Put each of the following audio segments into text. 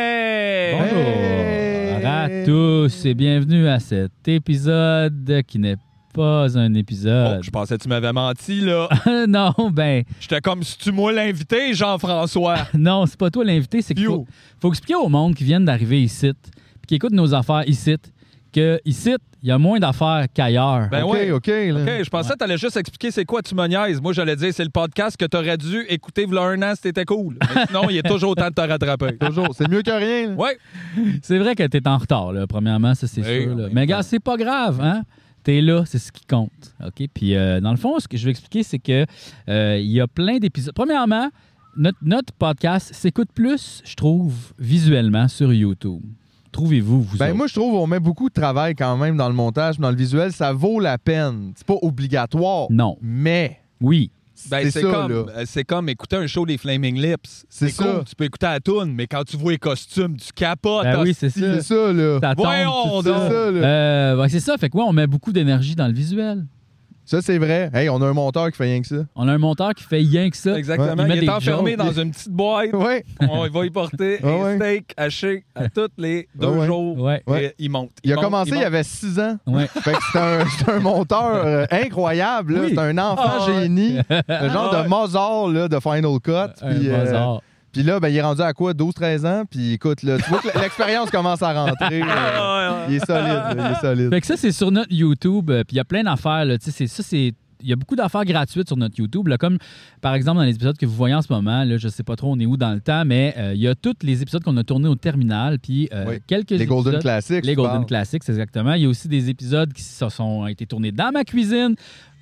Hey! Bonjour à tous et bienvenue à cet épisode qui n'est pas un Oh, épisode. je pensais que tu m'avais menti, là. non, ben, J'étais comme si tu moi l'invité, Jean-François. non, c'est pas toi l'invité, c'est qu'il Piou. faut, faut expliquer au monde qui viennent d'arriver ici, puis qui écoute nos affaires ici, que ici, il y a moins d'affaires qu'ailleurs. Ben OK, ouais. OK. Là. OK, je pensais que t'allais juste expliquer c'est quoi tu me niaises. Moi, j'allais dire c'est le podcast que t'aurais dû écouter v'là un an si t'étais cool. Mais sinon, il est toujours temps de te rattraper. Toujours. C'est mieux que rien. là. Ouais. C'est vrai que t'es en retard, là, premièrement, ça c'est Oui, sûr. en là. même Mais temps. gars, c'est pas grave, hein? T'es là, c'est ce qui compte. OK? Puis euh, dans le fond, ce que je vais expliquer, c'est que euh, il y a plein d'épisodes. Premièrement, notre, notre podcast s'écoute plus, je trouve, visuellement sur YouTube. Trouvez-vous, vous Ben autres? moi, je trouve qu'on met beaucoup de travail quand même dans le montage, dans le visuel. Ça vaut la peine. C'est pas obligatoire. Non. Mais Oui. Ben, c'est c'est ça, comme, là. euh, c'est comme écouter un show des Flaming Lips. C'est ça. cool, tu peux écouter la toune, mais quand tu vois les costumes, tu capotes. Ben oui, c'est ça. C'est ça, là. Ça tombe, Voyons tout ça. donc. C'est ça, là. Euh, ben, c'est ça. Fait que ouais, on met beaucoup d'énergie dans le visuel. Ça, c'est vrai. Hey, on a un monteur qui fait rien que ça. On a un monteur qui fait rien que ça. Exactement. Il met Il, est des enfermé jokes. dans une petite boîte. Ouais. On va y porter Ah ouais. un steak haché à tous les deux ouais. jours. Ouais. Ouais. Et il monte. Il a monte, commencé, il, monte. avait 6 ans. Ouais. Fait que c'est un, c'est un monteur euh, incroyable. là. Oui. C'est un enfant Ah ouais. génie. Le genre Ah ouais. de Mozart là, de Final Cut. Un Puis, euh, bazar. puis là, ben, il est rendu à quoi? 12-13 ans. Puis écoute, là, tu vois que l'expérience commence à rentrer. là. Ah, ouais, ouais. Il est solide. là, Il est solide. Fait que ça, c'est sur notre YouTube. euh, Puis il y a plein d'affaires. là, tu sais, c'est- Ça, c'est. Il y a beaucoup d'affaires gratuites sur notre YouTube. là, comme par exemple dans les épisodes que vous voyez en ce moment, là, je sais pas trop on est où dans le temps, mais euh, il y a tous les épisodes qu'on a tournés au terminal. Puis euh, Oui. quelques Les Golden épisodes- Classics. Les tu Golden parles. Classics, exactement. Il y a aussi des épisodes qui se sont, ont été tournés dans ma cuisine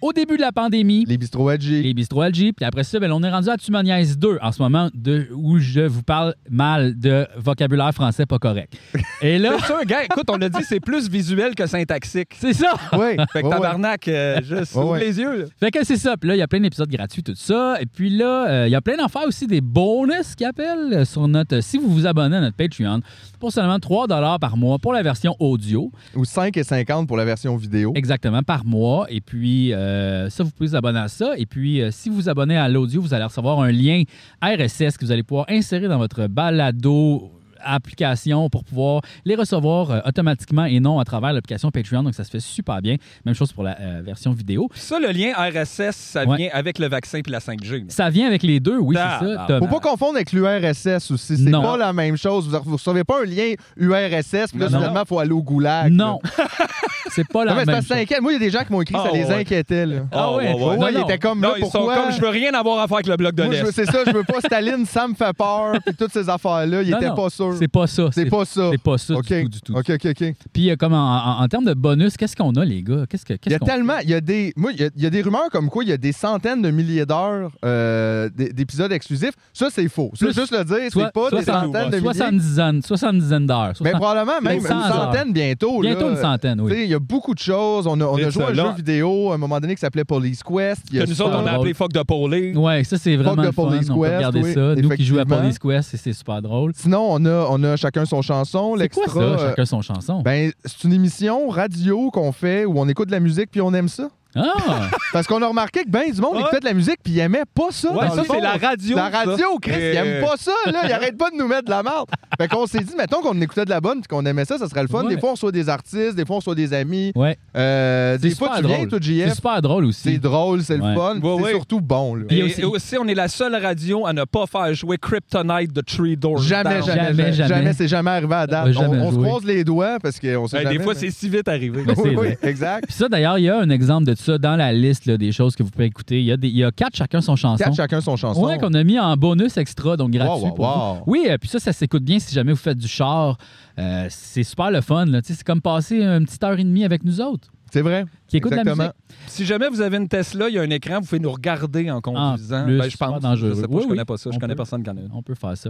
au début de la pandémie. Les Bistro Edgy. Les Bistro LG. Puis après ça, ben, on est rendu à Tumaniaise 2 en ce moment, de, où je vous parle mal de vocabulaire français pas correct. Et là, C'est sûr, gars, écoute, on a dit c'est plus visuel que syntaxique. c'est ça! Fait Oui. que oui, oui. tabarnak, euh, juste Ouais, ouvre ouais. les yeux. là. Fait que c'est ça. Puis là, il y a plein d'épisodes gratuits, tout ça. Et puis là, euh, il y a plein d'affaires aussi, des bonus qui appellent euh, sur notre. Si vous vous abonnez à notre Patreon, pour seulement 3 par mois pour la version audio, Ou 5 et 50 pour la version vidéo. exactement par mois. Et puis, euh, ça, vous pouvez vous abonner à ça. Et puis, euh, si vous vous abonnez à l'audio, vous allez recevoir un lien RSS que vous allez pouvoir insérer dans votre balado application pour pouvoir les recevoir euh, automatiquement et non à travers l'application Patreon. Donc, ça se fait super bien. Même chose pour la euh, version vidéo. Puis ça, le lien RSS, ça Ouais. vient avec le vaccin puis la 5G. là. Ça vient avec les deux, oui, c'est ça. Tabarnak. Tom. Faut pas confondre avec l'URSS aussi. C'est Non. pas la même chose. Vous ne recevez pas un lien URSS, puis là, Non. finalement, il faut aller au goulag. Non. c'est pas la Non, mais c'est même parce que ça chose. inquiète. Moi, il y a des gens qui m'ont écrit, Ah, ça les ouais. inquiétait. Là. Ah ouais, Ouais, Non, ouais, ils non. étaient comme Non, là, ils sont pourquoi? comme je veux rien avoir à faire avec le bloc de Moi, je veux- l'Est. c'est ça, je veux pas Staline, ça me fait peur, puis toutes ces affaires-là, ils Non, étaient non, pas sûrs. C'est pas ça. C'est pas ça. C'est pas ça OK. du tout, du tout. OK, OK, OK. Puis euh, comme en, en- en termes de bonus, qu'est-ce qu'on a, les gars? Qu'est-ce que, Il y qu'est-ce a qu'on- tellement, il y a des, moi, il y a, il y a des rumeurs comme quoi il y a des centaines de milliers d'heures euh, d'é- d'épisodes exclusifs. Ça, c'est faux. Ça, Plus- juste le dire, soit- c'est pas soit des ça- centaines de milliers. 70 soixante-dizaine d'heures. Mais Soixante- probablement même une 100 heures. centaine bientôt. là. Bientôt une centaine, Tu oui. sais, Il y a beaucoup de choses. On a, on a C'est joué à ça, un jeu là. vidéo à un moment donné qui s'appelait Police Quest. Il y a Que nous autres, on a drôle. appelé Fuck de Polé. Ouais, ça, c'est vraiment de le fun. Police on peut Quest, regarder oui, ça. Nous qui jouons à effectivement. Police Quest, c'est- c'est super drôle. Sinon, on a, on a chacun son chanson. C'est quoi L'extra. ça, euh, chacun son chanson? ben, c'est une émission radio qu'on fait où on écoute de la musique puis on aime ça. Ah! Parce qu'on a remarqué que ben du monde Ouais. écoutait de la musique puis il aimait pas ça. Ouais, dans ça, le fond. c'est la radio. La ça. radio, Chris, il Euh, aime pas ça, là. Il arrête pas de nous mettre de la merde. Fait qu'on s'est dit, mettons qu'on écoutait de la bonne puis qu'on aimait ça, ça serait le fun. Ouais. Des fois, on soit des artistes, des fois, on soit des amis. Ouais. Euh, des C'est fois, super tu viens, drôle. toi, c'est JF. super drôle C'est aussi. drôle, c'est Ouais. le fun, puis Ouais, c'est ouais. surtout bon, là. Et, Puis et aussi- aussi... on est la seule radio à ne pas faire jouer Kryptonite de Three Doors. Jamais, Down. jamais, Jamais, jamais, jamais. jamais, c'est jamais arrivé à Ouais, date. jamais Ben, on on se joué. croise les doigts parce qu'on sait Hey, jamais. des fois, mais- c'est si vite arrivé. Mais c'est Oui, vrai. oui, exact. Puis ça, d'ailleurs, il y a un exemple de ça dans la liste là, des choses que vous pouvez écouter. Il y a, des- il y a quatre chacun son chanson. Quatre chacun son chanson. Ouais, qu'on a mis en bonus extra, donc gratuit Wow, wow, pour vous. wow. Oui, euh, puis ça, ça s'écoute bien si jamais vous faites du char. Euh, c'est super le fun. là. Tu sais, C'est comme passer une petite heure et demie avec nous autres C'est vrai. qui écoutent Exactement. la musique. Si jamais vous avez une Tesla, il y a un écran, vous pouvez nous regarder en conduisant. plus, Ben, je super pense. dangereux. Je sais pas, Oui, je connais oui, pas ça. Je on connais peut. personne qui en a une. On peut faire ça.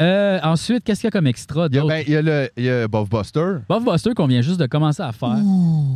Euh, ensuite, qu'est-ce qu'il y a comme extra Il y a, d'autre? ben, il y a le il y a Bob Buster. Bob Buster qu'on vient juste de commencer à faire.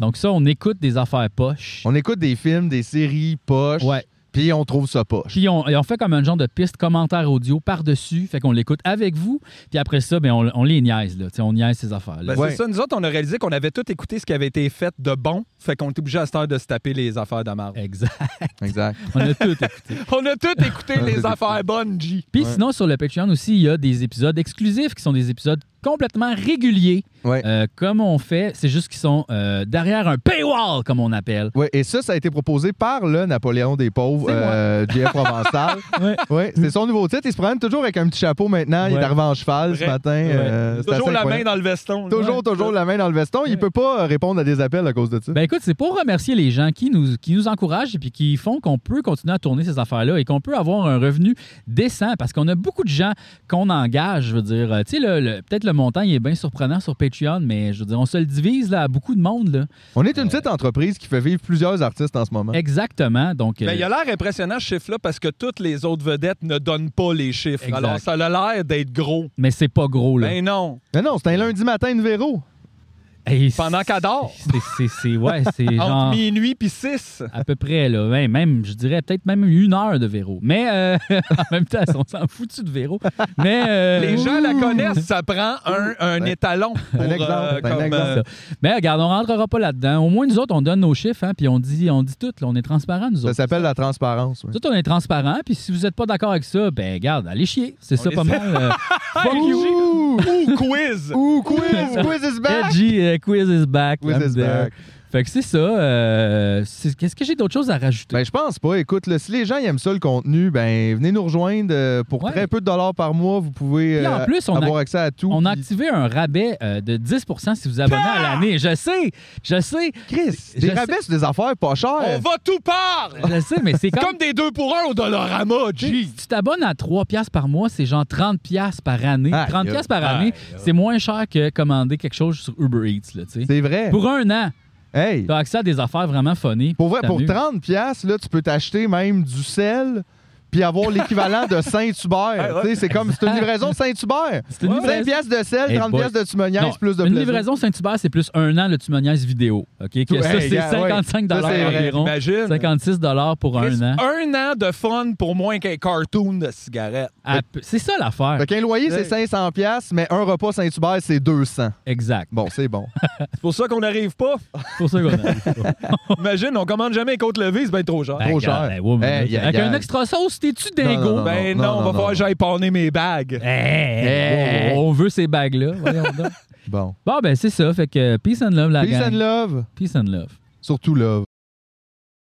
Donc ça, on écoute des affaires poches. On écoute des films, des séries, poches. Ouais. Puis on trouve ça poche. Puis on, et on fait comme un genre de piste commentaire audio par-dessus. Fait qu'on l'écoute avec vous. Puis après ça, ben on, on les niaise. Là. Tu sais, On niaise ces affaires-là. Ben, Ouais. C'est ça, nous autres, on a réalisé qu'on avait tout écouté ce qui avait été fait de bon, fait qu'on était obligé à cette heure de se taper les affaires d'amarre. exact. Exact. On a tout On a tout écouté On a les tout affaires bonnes, G. Puis Ouais. sinon, sur le Patreon aussi, il y a des épisodes exclusifs qui sont des épisodes complètement réguliers. Ouais. Euh, comme on fait, c'est juste qu'ils sont euh, derrière un paywall, comme on appelle. Ouais, et ça, ça a été proposé par le Napoléon des pauvres, C'est moi. euh, JF Provençal. Ouais. Ouais, c'est son nouveau titre. Il se promène toujours avec un petit chapeau maintenant. Il Ouais. est arrivé en cheval ce Vrai. matin. euh, c'est Toujours assez la main incroyable. dans le veston. là. Toujours, toujours la main dans le veston. Il peut pas euh, répondre à des appels à cause de ça. Ben écoute, c'est pour remercier les gens qui nous, qui nous encouragent et puis qui font qu'on peut continuer à tourner ces affaires-là et qu'on peut avoir un revenu décent parce qu'on a beaucoup de gens qu'on engage. Je veux dire, euh, tu sais, le- le- peut-être le montant il est bien surprenant sur Patreon, mais je veux dire, on se le divise là, à beaucoup de monde. Là. On est une petite entreprise qui fait vivre plusieurs artistes en ce moment. Exactement. Donc, euh, Mais Ben, il a l'air impressionnant ce chiffre-là parce que toutes les autres vedettes ne donnent pas les chiffres. Exact. Alors ça a l'air d'être gros. mais c'est pas gros. Là. Ben non. Mais non, c'est un lundi matin de Véro. Hey, Pendant qu'elle dort. c'est- c'est- C'est ouais, c'est Entre genre minuit puis 6. à peu près là, Ouais, même je dirais peut-être même une heure de Véro. Mais euh, en même temps, on s'en foutu de Véro. Mais euh, Les gens la connaissent, ça prend un, un Ouais. étalon. Pour, Un exemple, euh, un comme, exemple. euh, Mais regarde, on rentrera pas là-dedans. Au moins nous autres, on donne nos chiffres hein, puis on dit on dit tout, là. on est transparent nous Ça autres. s'appelle la transparence. ouais. Nous autres, on est transparent, puis si vous n'êtes pas d'accord avec ça, ben regarde, allez chier. C'est On ça les pas sait. mal. euh, fuck you. Ouh! Ou quiz. Ouh, quiz! quiz is back! Edgy, euh, quiz is back. Quiz I'm is there. back. Fait que c'est ça. euh, c'est- Qu'est-ce que j'ai d'autre chose à rajouter? Ben, je pense pas. Écoute, là, si les gens ils aiment ça, le contenu, ben, venez nous rejoindre. euh, pour Ouais. très peu de dollars par mois, vous pouvez Puis en euh, plus, on a- avoir accès à tout. On a Puis- activé un rabais euh, de 10 si vous abonnez Ah! à l'année. Je sais, je sais, Chris, Je des sais- rabais sur des affaires pas On chères. va tout par. je sais, mais c'est comme... Comme des deux pour un au Dollarama, G. Si tu t'abonnes à 3 par mois, c'est genre 30 par année. Aïe, 30 par aïe, année, aïe. c'est moins cher que commander quelque chose sur Uber Eats, là, tu sais. C'est vrai. Pour un an, Hey, tu as accès à des affaires vraiment funny. pour vrai, pour T'amuses. 30 pièces là, tu peux t'acheter même du sel puis avoir l'équivalent de Saint-Hubert. ouais. Tu sais, c'est comme c'est une livraison de Saint-Hubert. C'est une 5 livraison. pièces de sel, Hey, 30 boy. pièces de Non, tumoniaise, plus de une plaisir. livraison Saint-Hubert, c'est plus un an le tumoniaise vidéo. OK? Que Tout- ça, hey, c'est gars, 55 ouais. Ça, c'est vrai, environ. Imagine. 56 pour un Chris, an. an de fun pour moins qu'un cartoon de cigarette. À peu- C'est ça l'affaire. Fait qu'un loyer, c'est 500 pièces, mais un repas Saint-Hubert, c'est 200. Exact. Bon, c'est bon. C'est pour ça qu'on n'arrive pas. C'est pour ça qu'on a. Imagine, on commande jamais un côte levé, c'est bien trop cher. Ben, Trop regarde, ben, cher. ouais, mais Hey, là, yeah, avec yeah. un extra sauce, t'es-tu dingo? Non, non, non, Ben non, non, va non, falloir non. que j'aille panner mes bagues. Hey, eh, Hey. On on veut ces bagues-là. voyons donc. Bon. bon, ben c'est ça. Fait que euh, peace and love, la Peace gang. and love. Peace and love. Surtout love.